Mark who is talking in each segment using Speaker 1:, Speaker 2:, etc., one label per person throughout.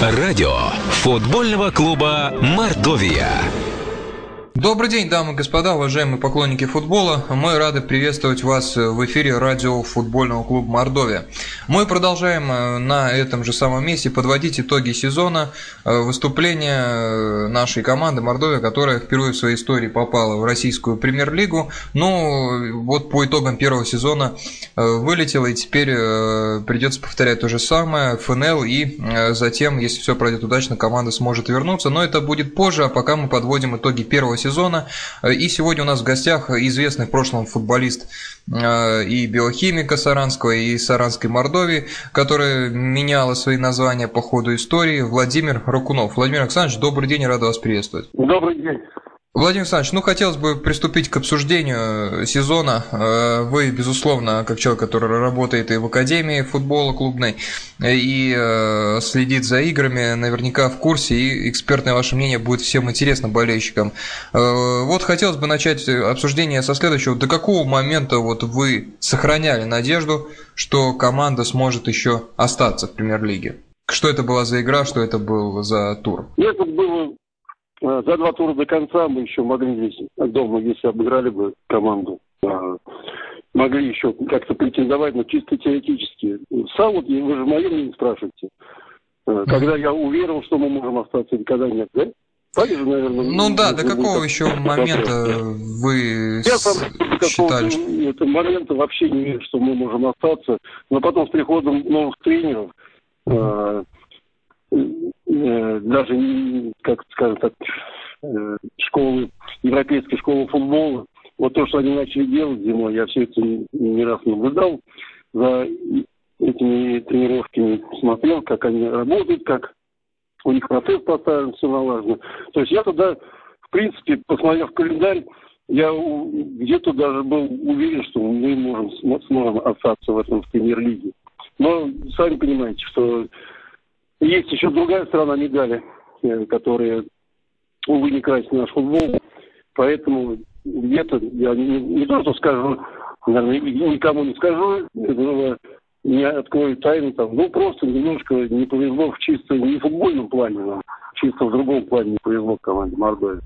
Speaker 1: Радио футбольного клуба «Мордовия».
Speaker 2: Добрый день, дамы и господа, уважаемые поклонники футбола. Мы рады приветствовать вас в эфире радио футбольного клуба Мордовия. Мы продолжаем э, на этом же самом месте подводить итоги сезона э, выступления э, нашей команды Мордовия, которая впервые в своей истории попала в российскую премьер-лигу. Ну, вот по итогам первого сезона вылетела, и теперь э, придется повторять то же самое, ФНЛ, и э, затем, если все пройдет удачно, команда сможет вернуться. Но это будет позже, а пока мы подводим итоги первого сезона сезона. Э, И сегодня у нас в гостях известный в прошлом футболист э, и биохимика Саранского, и Саранской Мордовии, которая меняла свои названия по ходу истории, Владимир Ракунов. Владимир Александрович, добрый день, рад вас приветствовать.
Speaker 3: Добрый день.
Speaker 2: Владимир Александрович, ну хотелось бы приступить к обсуждению э, сезона. Э, Вы, безусловно, как человек, который работает и в Академии футбола клубной, э, и э, следит за играми, наверняка в курсе, и экспертное ваше мнение будет всем интересно болельщикам. Э, Вот хотелось бы начать э, обсуждение со следующего. До какого момента вот вы сохраняли надежду, что команда сможет еще остаться в Премьер-лиге? Что это была за игра, что это был за тур?
Speaker 3: Это было э, за два тура до конца мы еще могли здесь э, дома, если обыграли бы команду, Э, могли еще как-то претендовать, но чисто теоретически. Сам вот вы же мое мнение спрашиваете. Э, Когда я уверовал, что мы можем остаться, никогда нет, да?
Speaker 2: Также, наверное, ну да, до какого еще момента вы я там, считали,
Speaker 3: что... Это момента вообще не верю, что мы можем остаться. Но потом с приходом новых тренеров, э, даже, как скажем так, школы, европейской школы футбола. Вот то, что они начали делать зимой, я все это не раз наблюдал за этими тренировками, смотрел, как они работают, как у них процесс поставлен, все налажено. То есть я туда, в принципе, посмотрев календарь, я где-то даже был уверен, что мы можем, сможем остаться в этом премьер-лиге. Но сами понимаете, что есть еще другая сторона медали, которая, увы, не красит наш футбол. Поэтому где-то, я не, не то, что скажу, наверное, никому не скажу, этого не открою тайны там. Ну, просто немножко не повезло в чисто не в футбольном плане, но чисто в другом плане не повезло команде Мордовии.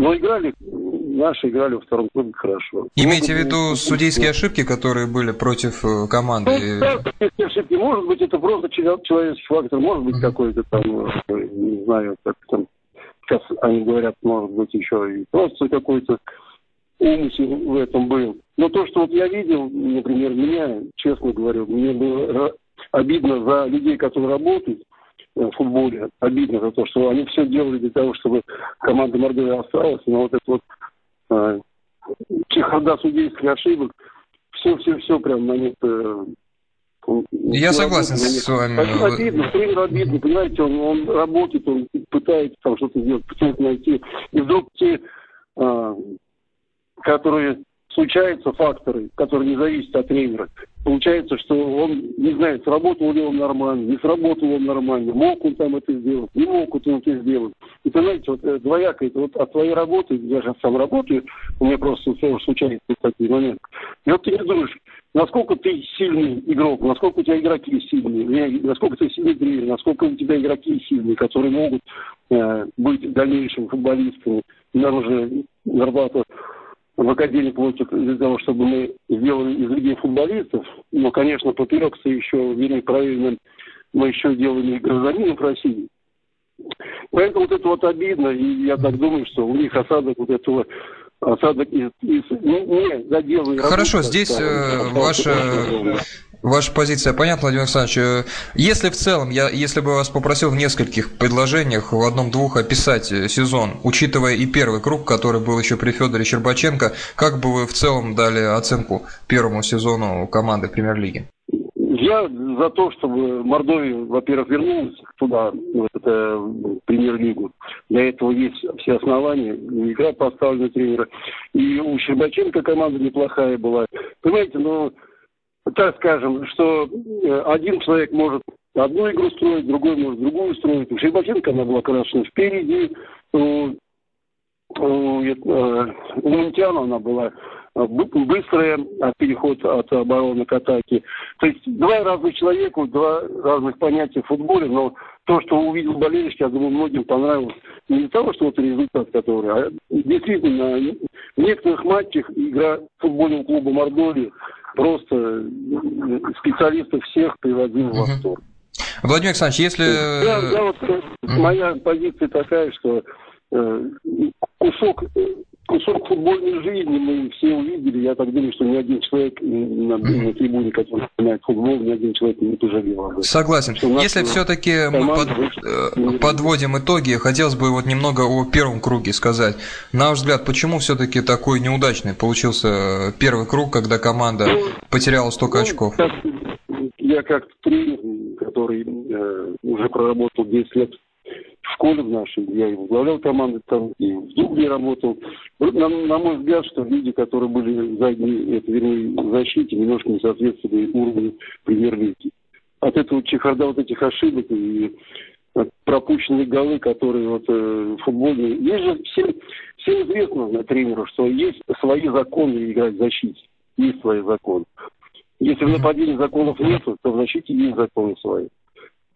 Speaker 3: Но играли, наши играли во втором круге хорошо.
Speaker 2: Имейте в виду судейские ошибки, которые были против э, команды?
Speaker 3: Ну, Да, судейские ошибки. Может быть, это просто человеческий фактор, может быть, какой-то там, э, не знаю, как там, сейчас они говорят, может быть, еще и просто какой-то умысел в этом был. Но то, что вот я видел, например, меня, честно говорю, мне было обидно за людей, которые работают, э, в футболе. Обидно за то, что они все делали для того, чтобы команда Мордовии осталась. Но вот это вот э, чехарда судейских ошибок, все-все-все прям на них... Э,
Speaker 2: я согласен обидно, с вами.
Speaker 3: Конечно, обидно, тренер обидно, понимаете, он, он работает, он пытается там что-то сделать, пытается найти. И вдруг те, э, которые случаются факторы, которые не зависят от тренера. Получается, что он не знает, сработал ли он нормально, не сработал он нормально, мог он там это сделать, не мог он это сделать. И понимаете, вот э, двояко, это вот от твоей работы, я же сам работаю, у меня просто все случается такие моменты. И вот ты не думаешь, насколько ты сильный игрок, насколько у тебя игроки сильные, э, насколько ты сильный тренер, насколько у тебя игроки сильные, которые могут э, быть дальнейшими футболистами. Нам уже зарплата в Академии получат для того, чтобы мы сделали из людей футболистов. Но, конечно, Папирокса еще, вернее, правильно, мы еще делали гражданинов России. Поэтому вот это вот обидно, и я так думаю, что у них осадок вот этого осадок из, из не, не заделывает.
Speaker 2: Хорошо, работу, здесь э, ваша Ваша позиция понятна, Владимир Александрович. Э, Если в целом, я, если бы вас попросил в нескольких предложениях, в одном-двух описать э, сезон, учитывая и первый круг, который был еще при Федоре Щербаченко, как бы вы в целом дали оценку первому сезону команды Премьер-лиги?
Speaker 3: Я за то, чтобы Мордовия, во-первых, вернулась туда, в эту премьер-лигу. Для этого есть все основания. Игра поставлена тренера. И у Щербаченко команда неплохая была. Понимаете, но так скажем, что э, один человек может одну игру строить, другой может другую строить. У Шейбаченко она была, конечно, впереди. У у Лунтяна она была э, быстрая э, переход от обороны к атаке. То есть два разных человека, два разных понятия в футболе, но то, что увидел болельщик, я думаю, многим понравилось. Не из-за того, что вот результат который, а действительно, в некоторых матчах игра футбольного клуба Мордовии просто э, специалистов всех приводила в восторг.
Speaker 2: Владимир Александрович, если...
Speaker 3: Я, я вот, э, моя позиция такая, что э, кусок, кусок футбольной жизни мы все увидели. Я так думаю, что ни один человек на, на трибуне, который вспоминает футбол, ни один человек не пожалел об этом.
Speaker 2: Согласен. Если все-таки мы под, вышла. подводим итоги, хотелось бы вот немного о первом круге сказать. На ваш взгляд, почему все-таки такой неудачный получился э, первый круг, когда команда ну, потеряла столько ну, очков?
Speaker 3: Как, я как тренер, который э, уже проработал 10 лет в школе в нашей, я и возглавлял команды там, и в Дубне работал. На, на мой взгляд, что люди, которые были в задней, это, вернее, в защите, немножко не соответствовали уровню премьер-лиги. От этого чехарда вот этих ошибок и пропущенные голы, которые вот э, футбольные. Есть же всем, всем известно на тренеру, что есть свои законы играть в защите. Есть свои законы. Если в нападении законов нет, то в защите есть законы свои.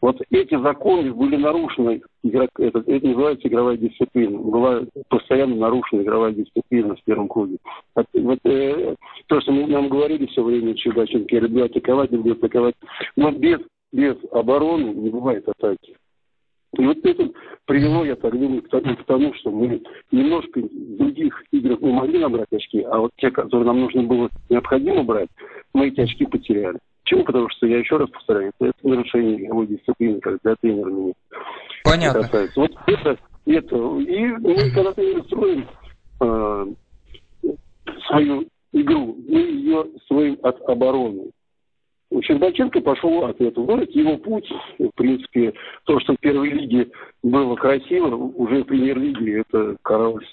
Speaker 3: Вот эти законы были нарушены, игрок, это, это называется игровая дисциплина. Была постоянно нарушена игровая дисциплина в первом круге. От, вот, э, то, что мы, нам говорили все время Чебаченко, люблю атаковать, люблю атаковать. Но без, без обороны не бывает атаки. И вот это привело, я так думаю, к тому, к тому что мы немножко других игр мы могли набрать очки, а вот те, которые нам нужно было необходимо брать, мы эти очки потеряли. Почему? Потому что, я еще раз повторяю, это нарушение его дисциплины, как для тренера меня.
Speaker 2: Понятно.
Speaker 3: Касается. Вот это, это. И мы, когда тренер строим э, свою игру, мы ее строим от обороны. У Щербаченко пошел от этого. Ну, это его путь, в принципе, то, что в первой лиге было красиво, уже в премьер-лиге это каралось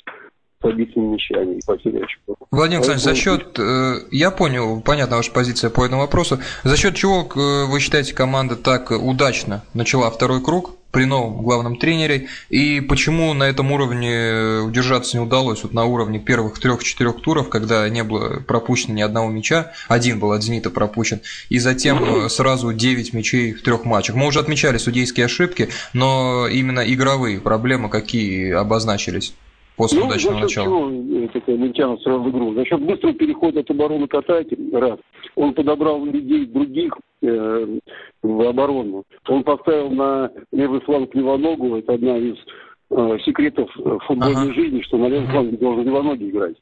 Speaker 3: побитыми мячами и потерей очков.
Speaker 2: Владимир Александрович, за счет, э, я понял, понятна ваша позиция по этому вопросу, за счет чего, э, вы считаете, команда так удачно начала второй круг при новом главном тренере, и почему на этом уровне удержаться не удалось, вот на уровне первых трех-четырех туров, когда не было пропущено ни одного мяча, один был от «Зенита» пропущен, и затем э, сразу 9 мячей в трех матчах. Мы уже отмечали судейские ошибки, но именно игровые проблемы какие обозначились? после ну, удачного за счет начала.
Speaker 3: Чего, это, Лентяна сразу в игру? За счет быстрого перехода от обороны к атаке, раз. Он подобрал людей других э, в оборону. Он поставил на левый фланг Левоногу, это одна из э, секретов футбольной ага. жизни, что на левый ага. фланг должен Левоноги играть.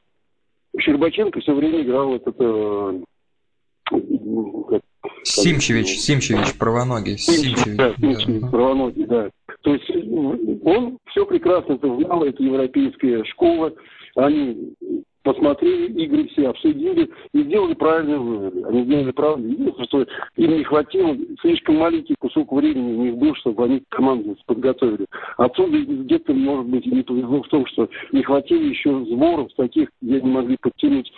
Speaker 3: Щербаченко все время играл этот... Э,
Speaker 2: как, Симчевич, как, Симчевич, правоногий.
Speaker 3: Симчевич, Симчевич, да, Симчевич да. правоногий, да. То есть э, он все прекрасно это знал, это европейская школа. Они посмотрели игры все, обсудили и сделали правильный выбор. Они сделали правильный выбор, что им не хватило, слишком маленький кусок времени у них был, чтобы они команду подготовили. Отсюда где-то, может быть, не повезло в том, что не хватило еще сборов таких, где они могли подтянуть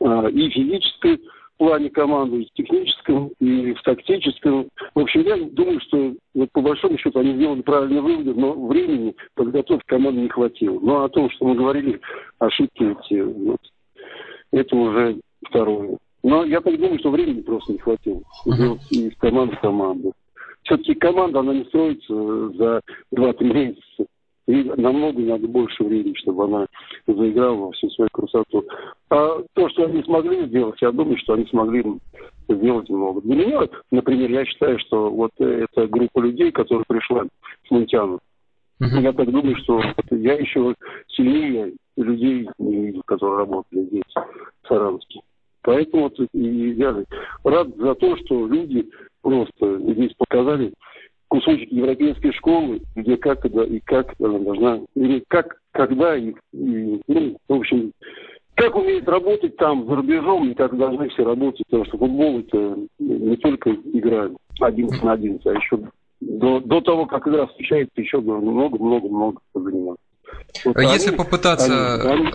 Speaker 3: а, и физическое плане команды, и в техническом, и в тактическом. В общем, я думаю, что вот по большому счету они сделали правильные выводы, но времени подготовки команды не хватило. Но о том, что мы говорили, ошибки эти, вот, это уже второе. Но я так думаю, что времени просто не хватило. Uh-huh. Из команды в команду. Все-таки команда, она не строится э, за 2-3 месяца. И намного надо больше времени, чтобы она заиграла во всю свою красоту. А то, что они смогли сделать, я думаю, что они смогли сделать много. Для меня, например, я считаю, что вот эта группа людей, которая пришла с Мунтяну, uh-huh. я так думаю, что я еще сильнее людей не видел, которые работали здесь, в Саранске. Поэтому вот и я рад за то, что люди просто здесь показали кусочек европейской школы, где как когда и как она должна, или как, когда и, и ну, в общем, как умеет работать там за рубежом и как должны все работать, потому что футбол это не только игра 11 на 11, а еще до, до того, как игра встречается, еще много-много-много заниматься.
Speaker 2: А Вот Если они, попытаться... Они, они,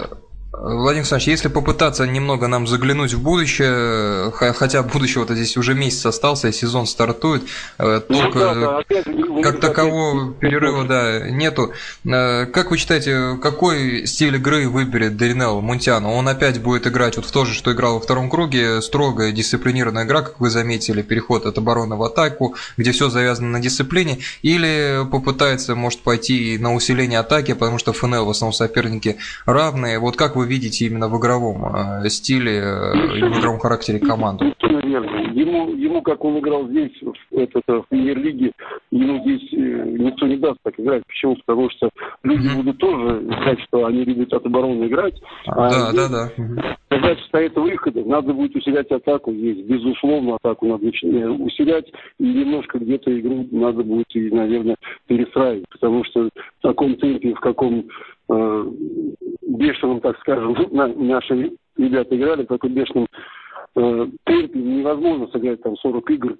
Speaker 2: Владимир Александрович, если попытаться немного нам заглянуть в будущее, хотя будущего-то здесь уже месяц остался, и сезон стартует, только ну, да, да. Опять,
Speaker 3: Ну,
Speaker 2: как такового опять... перерыва да, нету. Э, Как вы считаете, какой стиль игры выберет Деринел Мунтиану? Он опять будет играть вот в то же, что играл во втором круге, строгая, дисциплинированная игра, как вы заметили, переход от обороны в атаку, где все завязано на дисциплине, или попытается, может, пойти на усиление атаки, потому что ФНЛ в основном соперники равные. Вот как вы видите именно в игровом э, стиле э, и в игровом характере команду?
Speaker 3: Наверное. Ему, ему, как он играл здесь, в, это, в премьер-лиге, ему здесь э, никто не даст так играть. Почему? Потому что люди mm-hmm. будут тоже знать, что они любят от обороны играть.
Speaker 2: А да, здесь, да, да.
Speaker 3: Когда стоят выходы, надо будет усилять атаку здесь. Безусловно, атаку надо э, усилять. И немножко где-то игру надо будет, и, наверное, перестраивать. Потому что в таком темпе, в каком э, бешеном, так скажем, на, наши ребята играли, в таком бешеном э, темпе невозможно сыграть там 40 игр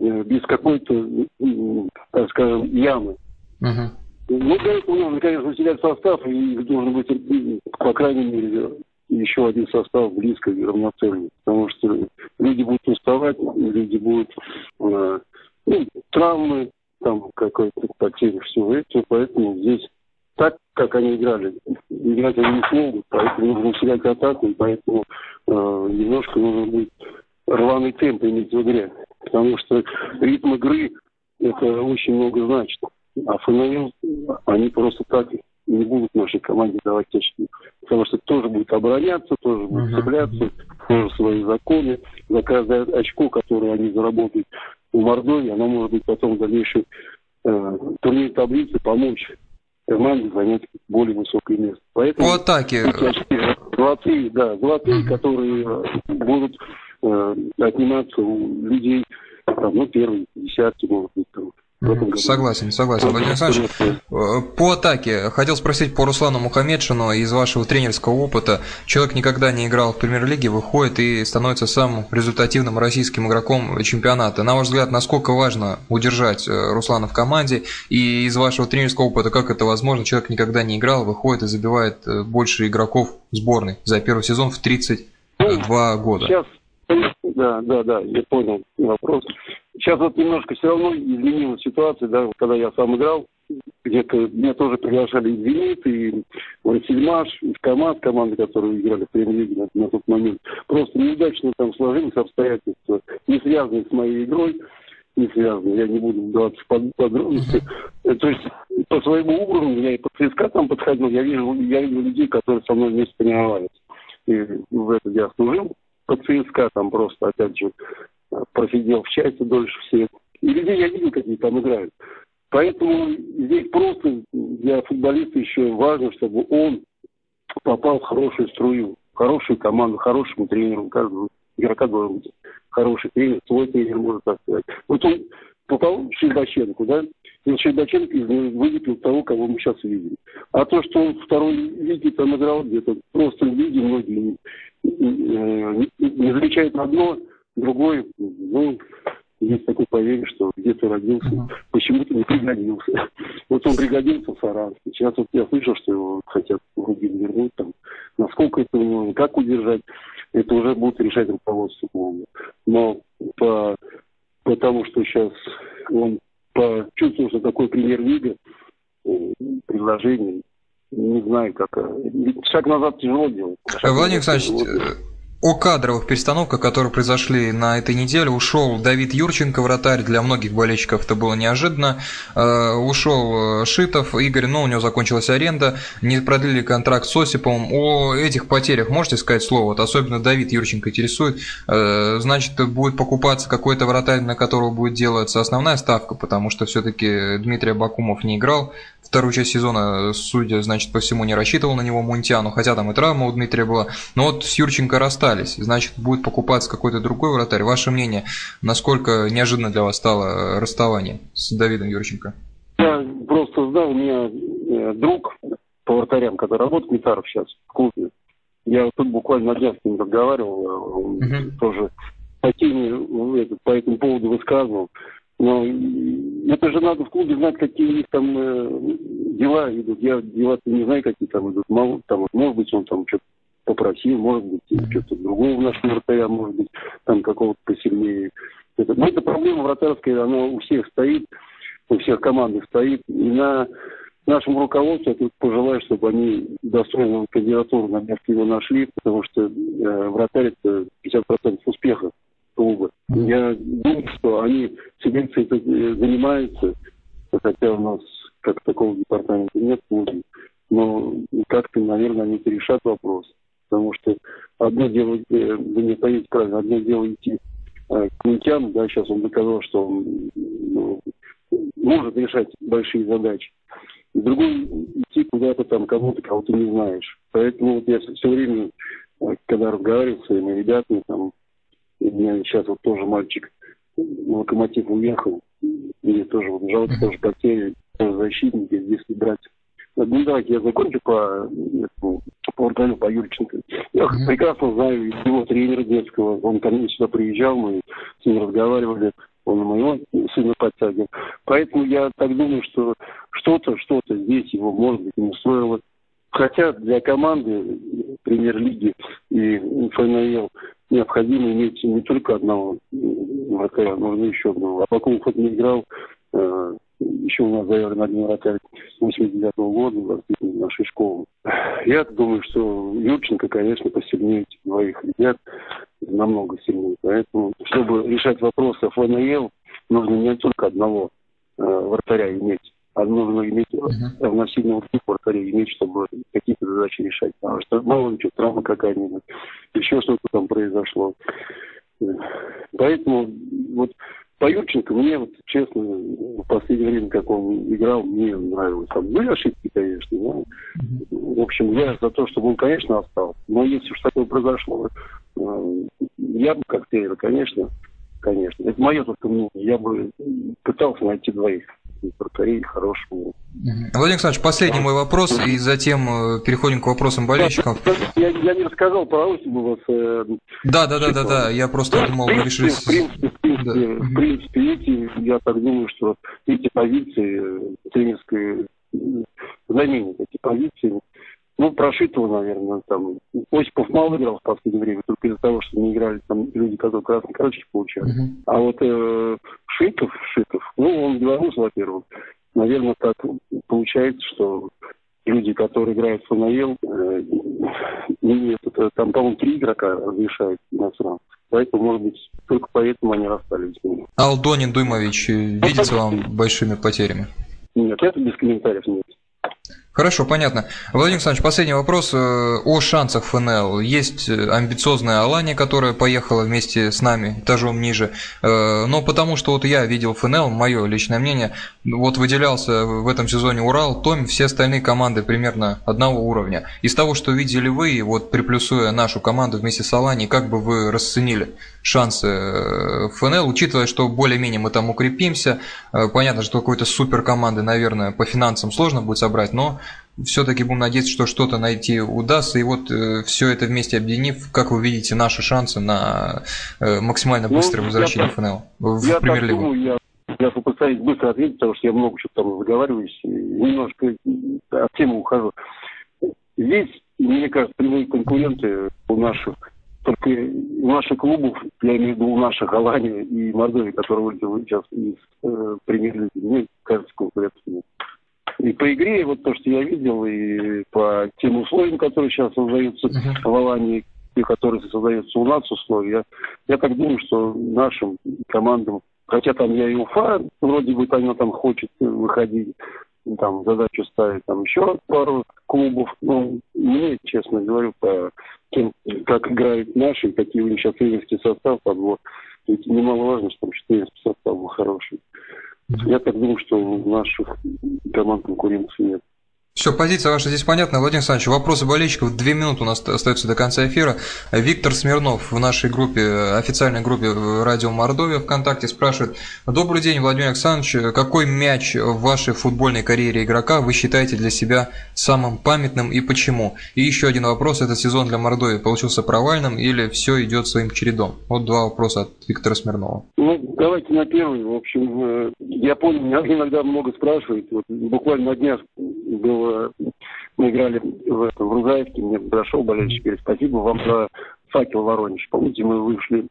Speaker 3: э, без какой-то, э, так скажем, ямы. Uh-huh. Ну, для этого нужно, конечно, усилять состав, и должен быть, по крайней мере, еще один состав близко равноценный, потому что люди будут уставать, люди будут э, ну, травмы, там какой-то потери, всего этого, поэтому здесь так, как они играли, играть они не смогут, поэтому нужно усилять атаку, и поэтому э, немножко нужно будет рваный темп иметь в игре, потому что ритм игры это очень много значит. А ФНЛ, они просто так не будут нашей команде давать очки, потому что тоже будет обороняться, тоже будет цепляться, тоже свои законы. За каждое очко, которое они заработают у Мордовии, оно может быть потом в дальнейшем э, турнир таблицы помочь команде занять более высокое место. Поэтому
Speaker 2: По атаке. э,
Speaker 3: Золотые, да, золотые, mm-hmm. которые будут э, отниматься у людей, там, ну, первые десятки, может быть, там,
Speaker 2: Согласен, согласен. Владимир Александрович, Э, по атаке хотел спросить по Руслану Мухамедшину из вашего тренерского опыта. Человек никогда не играл в премьер-лиге, выходит и становится самым результативным российским игроком чемпионата. На ваш взгляд, насколько важно удержать э, Руслана в команде? И из вашего тренерского опыта, как это возможно? Человек никогда не играл, выходит и забивает э, больше игроков сборной за первый сезон в 32 года.
Speaker 3: Сейчас да, да, да, я понял вопрос. Сейчас вот немножко все равно изменилась ситуация, да, когда я сам играл, где-то меня тоже приглашали в «Зенит», и в «Рассельмаш», и в «КамАЗ», команды, которые играли в премьер-лиге на, на тот момент. Просто неудачно там сложились обстоятельства, не связанные с моей игрой, не связаны, я не буду вдаваться в подробности. То есть по своему уровню, я и по ЦСКА там подходил, я вижу, я вижу людей, которые со мной вместе тренировались. И в это я служил, по ЦСКА там просто, опять же, просидел в часе дольше всех. И людей я видел, какие там играют. Поэтому здесь просто для футболиста еще важно, чтобы он попал в хорошую струю, в хорошую команду, хорошему тренеру. У каждого игрока должен быть хороший тренер, свой тренер, можно так сказать. Вот он попал в Щербаченко, да? И Щербаченко из него вылепил того, кого мы сейчас видим. А то, что он второй лиге там играл где-то, просто люди многие э, не замечает одно, другое, ну, есть такое поверье, что где-то родился, uh-huh. почему-то не пригодился. Вот он пригодился в Саранске. Сейчас вот я слышал, что его хотят в Рубин вернуть там. Насколько это можно, как удержать, это уже будет решать руководство, по-моему. Но по, по тому, что сейчас он почувствовал, что такой премьер-лига, э, предложение, не знаю, как. э, Шаг назад тяжело делать. Шаг
Speaker 2: Э, Владимир Александрович, э, о кадровых перестановках, которые произошли на этой неделе, ушел Давид Юрченко, вратарь. Для многих болельщиков это было неожиданно. Э, Ушел Шитов, Игорь, но ну, у него закончилась аренда. Не продлили контракт с Осиповым. О этих потерях можете сказать слово? Вот особенно Давид Юрченко интересует. Э, Значит, будет покупаться какой-то вратарь, на которого будет делаться основная ставка, потому что все-таки Дмитрий Абакумов не играл. Вторую часть сезона, судя, значит, по всему, не рассчитывал на него Мунтиану, хотя там и травма у Дмитрия была. Но вот с Юрченко расстался остались. Значит, будет покупаться какой-то другой вратарь. Ваше мнение, насколько неожиданно для вас стало расставание с Давидом Юрченко?
Speaker 3: Я просто знал, у меня э, друг по вратарям, который работает, Митаров сейчас в клубе. Я вот тут буквально на днях с ним разговаривал, он uh-huh. тоже по, теме, это, по этому поводу высказывал. Но это же надо в клубе знать, какие у них там э, дела идут. Я дела не знаю, какие там идут. Мол, там, может быть, он там что-то попросил, может быть, что-то другого в нашем вратаря, может быть, там какого-то посильнее. Это, но эта проблема вратарская, она у всех стоит, у всех команд стоит. И на нашем руководстве я тут пожелаю, чтобы они достойную кандидатуру на место его нашли, потому что э, вратарь это 50% успеха клуба. Я думаю, что они селекцией занимаются, хотя у нас как такого департамента нет в клубе, но как-то, наверное, они решат вопрос. Потому что одно дело, вы не поймете правильно, одно дело идти э, к Мунтяну, да, сейчас он доказал, что он ну, может решать большие задачи. Другой идти куда-то там, кого-то, кого ты не знаешь. Поэтому вот я все время, э, когда разговариваю с своими ребятами, там, у меня сейчас вот тоже мальчик локомотив уехал, мне тоже вот, жалко, тоже потери, тоже защитники, если брать ну, давайте я закончу по, по Ургалю, по Юрченко. Я mm-hmm. прекрасно знаю его тренера детского. Он ко мне сюда приезжал, мы с ним разговаривали. Он моего сына подтягивал. Поэтому я так думаю, что что-то, что-то здесь его, может быть, не устроило. Хотя для команды премьер-лиги и ФНЛ необходимо иметь не только одного вратаря, нужно еще одного. А пока он хоть не играл, э, еще у нас заявлен один вратарь 89 -го года, воспитанник нашей школы. Я думаю, что Юрченко, конечно, посильнее этих двоих ребят, намного сильнее. Поэтому, чтобы решать вопросы о ФНЛ, нужно не только одного э, вратаря иметь, а нужно иметь равносильного uh-huh. вратаря иметь, чтобы какие-то задачи решать. Потому что мало ли что, травма какая-нибудь, еще что-то там произошло. Поэтому вот по Юрченко мне, вот, честно, в последнее время, как он играл, мне нравилось. Там были ошибки, конечно, но, в общем, я за то, чтобы он, конечно, остался. Но если уж такое произошло, э, я бы, как тренер, конечно, конечно, это мое только мнение, я бы пытался найти двоих вратарей хорошего.
Speaker 2: Владимир Александрович, последний мой вопрос, и затем э, переходим к вопросам болельщиков.
Speaker 3: Я, я не рассказал про Осипу вас. Э,
Speaker 2: да, да, да, да, да, я просто думал, вы решили...
Speaker 3: В принципе, в принципе, да. в принципе эти, я так думаю, что эти позиции тренерской заменят эти позиции. Ну, прошитого, наверное, там. Осипов мало играл в последнее время, только из-за того, что не играли там люди, которые красные карточки получали. Uh-huh. А вот э, Шитов, Шитов, ну, он белорус, во-первых. Наверное, так получается, что люди, которые играют в ФНЛ, э, нет, это, там, по-моему, три игрока разрешают иностранцев. Поэтому, может быть, только поэтому они расстались.
Speaker 2: Алдонин Дуймович, э, видится вам большими потерями?
Speaker 3: Нет, это без комментариев нет.
Speaker 2: Хорошо, понятно. Владимир Александрович, последний вопрос э, о шансах ФНЛ. Есть э, амбициозная Алания, которая поехала вместе с нами этажом ниже. Э, Но потому что вот я видел ФНЛ, мое личное мнение, вот выделялся в этом сезоне Урал, Томи, все остальные команды примерно одного уровня. Из того, что видели вы, вот приплюсуя нашу команду вместе с Аланией, как бы вы расценили шансы э, ФНЛ, учитывая, что более-менее мы там укрепимся. Э, Понятно, что какой-то супер команды, наверное, по финансам сложно будет собрать, но все-таки будем надеяться, что что-то найти удастся. И вот э, все это вместе объединив, как вы видите наши шансы на э, максимально быстрое ну, возвращение я, ФНЛ в
Speaker 3: я
Speaker 2: премьер-лигу?
Speaker 3: Думаю, я я попытаюсь быстро ответить, потому что я много чего там заговариваюсь и немножко э, от темы ухожу. Здесь, мне кажется, прямые конкуренты у наших только у наших клубов, я имею в виду у наших Алании и Мордовии, которые вылетели сейчас из э, премьер-лиги, мне кажется, конкуренты нет. И по игре, и вот то, что я видел, и по тем условиям, которые сейчас создаются uh-huh. в Алании, и которые создаются у нас условия, я, я так думаю, что нашим командам, хотя там я и Уфа, вроде бы она там хочет выходить, там задачу ставить, там еще пару клубов. Ну, мне, честно говорю, по тем, как играют наши, какие у них сейчас тренерский состав, подбор, ведь немаловажно, что там 14 состав был хороший. Я так думаю, что у наших команд конкуренции нет.
Speaker 2: Все, позиция ваша здесь понятна. Владимир Александрович, вопросы болельщиков. Две минуты у нас остается до конца эфира. Виктор Смирнов в нашей группе, официальной группе Радио Мордовия ВКонтакте спрашивает. Добрый день, Владимир Александрович. Какой мяч в вашей футбольной карьере игрока вы считаете для себя самым памятным и почему? И еще один вопрос. Этот сезон для Мордовии получился провальным или все идет своим чередом? Вот два вопроса от Виктора Смирнова.
Speaker 3: Ну, давайте на первый. В э, общем, я помню, меня иногда много спрашивают. Вот буквально на днях было Мы играли в, в Рузаевке, мне подошел болельщик, говорит, спасибо вам за факел Воронеж. Помните, мы вышли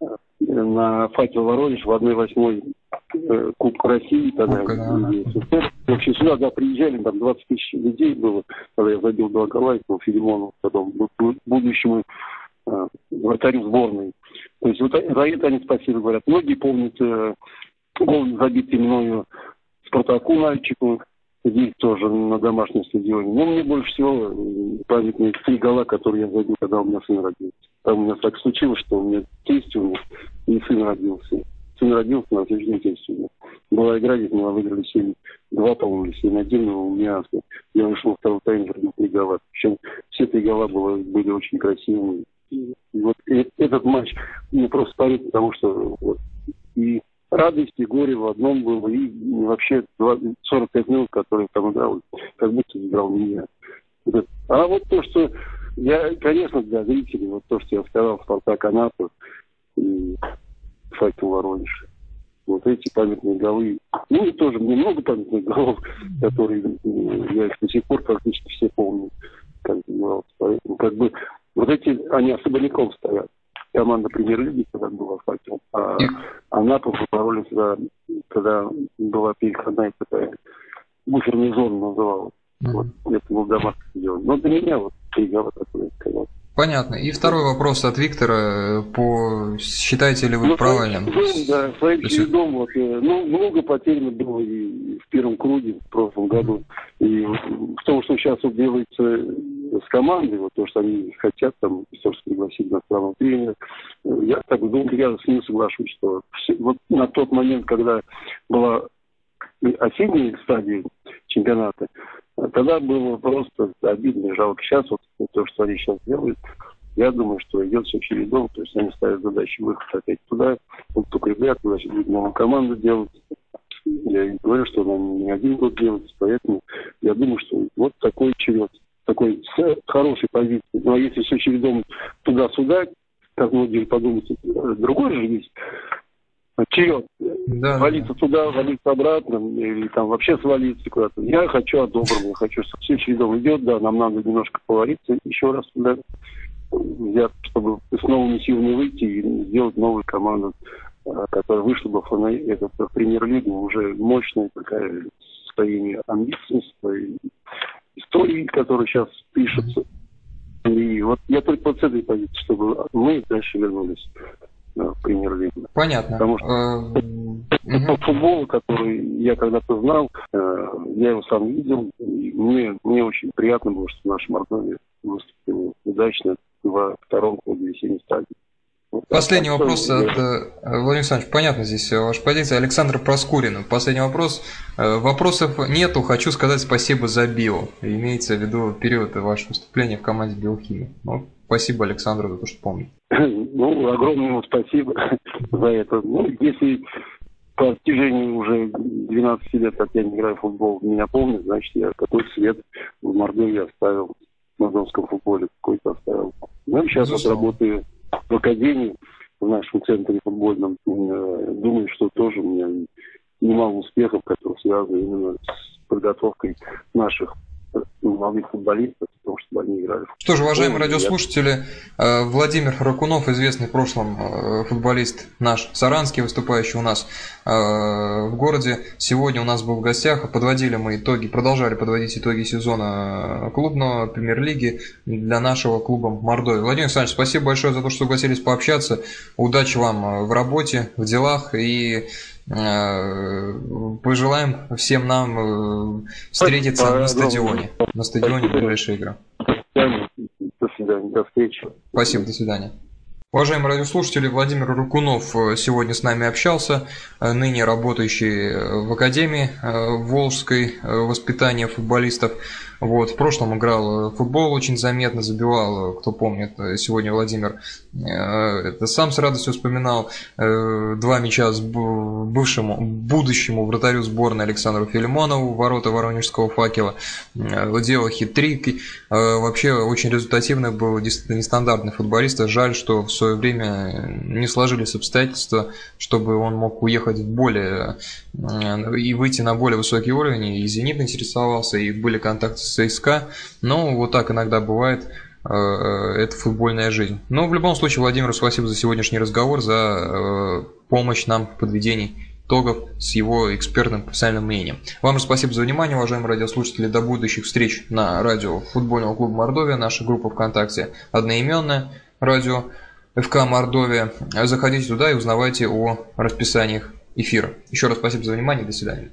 Speaker 3: э, на факел Воронеж в 1-8 э, Кубка России тогда.
Speaker 2: Кубка, да,
Speaker 3: и СССР. В общем, сюда да, приезжали, там 20 тысяч людей было, когда я забил два гола, и был Филимонов, потом бу- бу- будущему э, вратарю сборной. То есть вот а- за это они спасибо говорят. Многие помнят э, гол, забитый мною Спартаку мальчику, здесь тоже на домашнем стадионе. Но мне больше всего э, памятны три гола, которые я забил, когда у меня сын родился. Там у меня так случилось, что у меня тесть умер, и сын родился. Сын родился на следующий день тесть умер. Была игра, где мы выиграли 7 два, по-моему, или 7 1 у меня я вышел в второй тайм, забил три гола. Причем все три гола было, были очень красивыми. И вот э- этот матч мне просто парит, потому что вот, и радость и горе в одном было, и вообще два- 45 минут, которые там играл, как будто играл не я. Вот это. А вот то, что я, конечно, для зрителей, вот то, что я сказал, Спартак Анапа и Факел Воронеж. Вот эти памятные голы. Ну и тоже мне много памятных голов, которые м, я их до сих пор практически все помню. Как, бы, ну, поэтому как бы вот эти, они особняком стоят. Команда премьер-лиги, когда была «Факел», а
Speaker 2: И-
Speaker 3: Анапа боролись за, когда была переходная такая буферная зона называлась. Вот, это был домашний стадион. Но для меня вот три гола такое сказал.
Speaker 2: Понятно. И второй вопрос от Виктора э, по считаете ли вы
Speaker 3: Ну,
Speaker 2: правильным?
Speaker 3: своим чередом, да, своим
Speaker 2: То есть-
Speaker 3: чередом. Вот, э, ну, много потеряно было и в первом круге в прошлом году. И в том, что сейчас вот делается с командой, вот то, что они хотят там, собственно, пригласить иностранного тренера, э, я так думаю, я с ним соглашусь, что все- вот на тот момент, когда была осенняя стадия чемпионата, э, тогда было просто обидно и жалко. Сейчас вот то, что они сейчас делают, я думаю, что идет все чередом, то есть они ставят задачи выход опять туда, вот укреплять, значит, будет новую команду делать. Я и говорю, что нам не один год делать, поэтому я думаю, что вот такой черед, такой с хорошей позиции. Ну а если все чередом туда-сюда, как многие подумают, э, другой же есть черед.
Speaker 2: Да, да, да.
Speaker 3: Валиться туда, валиться обратно, или там вообще свалиться куда-то. Я хочу от доброго, я хочу, чтобы все чередом идет, да, нам надо немножко повариться, еще раз туда взяться, чтобы с новыми силами выйти и сделать новую команду, а, которая вышла бы в ФНА- этот, в премьер-лигу уже мощная такая, с своими амбициями, с своей историей, которая сейчас пишется. И вот я только вот с этой позиции, чтобы мы дальше вернулись а, в премьер-лигу
Speaker 2: Понятно.
Speaker 3: Потому
Speaker 2: Э,
Speaker 3: Ну, по
Speaker 2: мгм.
Speaker 3: футболу, который я когда-то знал, э, я его сам видел. И мне, мне очень приятно было, что наш Мордовия выступил удачно во втором клубе весенней стадии. Вот так.
Speaker 2: Последний
Speaker 3: Так что,
Speaker 2: вопрос
Speaker 3: э,
Speaker 2: от э, Владимир Александрович. Понятно здесь э, ваша позиция. Александр Проскурин. Последний вопрос. Э, Вопросов нету. Хочу сказать спасибо за био. Имеется в виду период вашего выступления в команде Биохимии. Ну, спасибо Александру за то, что помнит.
Speaker 3: Ну, огромное ему спасибо за это. Ну, если по достижении уже 12 лет, как я не играю в футбол, меня помнят, значит, я какой-то след в Мордовии оставил, в мордовском футболе какой-то оставил. Ну, и сейчас вот
Speaker 2: Безусловно.
Speaker 3: работаю в академии, в нашем центре футбольном. Э, Думаю, что тоже у меня немало успехов, которые связаны именно с подготовкой наших э, молодых футболистов, потому что они играли в
Speaker 2: Что ж, уважаемые
Speaker 3: Ой, я-
Speaker 2: радиослушатели, э, Владимир Ракунов, известный в прошлом э, футболист наш Саранский, выступающий у нас э, в городе, сегодня у нас был в гостях. Подводили мы итоги, продолжали подводить итоги сезона э, клубного премьер-лиги для нашего клуба Мордовии. Владимир Александрович, спасибо большое за то, что согласились пообщаться. Удачи вам э, в работе, в делах и э, пожелаем всем нам э, встретиться
Speaker 3: Спасибо
Speaker 2: на
Speaker 3: огромное.
Speaker 2: стадионе. На стадионе
Speaker 3: Спасибо.
Speaker 2: ближайшая игра.
Speaker 3: свидания. До свидания. До встречи.
Speaker 2: Спасибо, до свидания. Уважаемые радиослушатели, Владимир Рукунов э, сегодня с нами общался, э, ныне работающий э, в Академии э, Волжской э, воспитания футболистов. Вот, в прошлом играл э, в футбол очень заметно, забивал, э, кто помнит, э, сегодня Владимир э, это сам с радостью вспоминал э, два мяча с бу- бывшему, будущему вратарю сборной Александру Филимонову, ворота Воронежского факела, э, делал хитрик, Э, Вообще очень результативный был, действительно нестандартный футболист. Жаль, что в свое время не сложились обстоятельства, чтобы он мог уехать в более э, и выйти на более высокий уровень. И «Зенит» интересовался, и были контакты с ЦСКА. Но вот так иногда бывает. э, Это футбольная жизнь. Но в любом случае, Владимир, спасибо за сегодняшний разговор, за э, помощь нам в подведении итогов с его экспертным профессиональным мнением. Вам же спасибо за внимание, уважаемые радиослушатели. До будущих встреч на радио футбольного клуба Мордовия, наша группа ВКонтакте одноименная, радио ФК Мордовия. Заходите туда и узнавайте о расписаниях эфира. Еще раз спасибо за внимание, до свидания.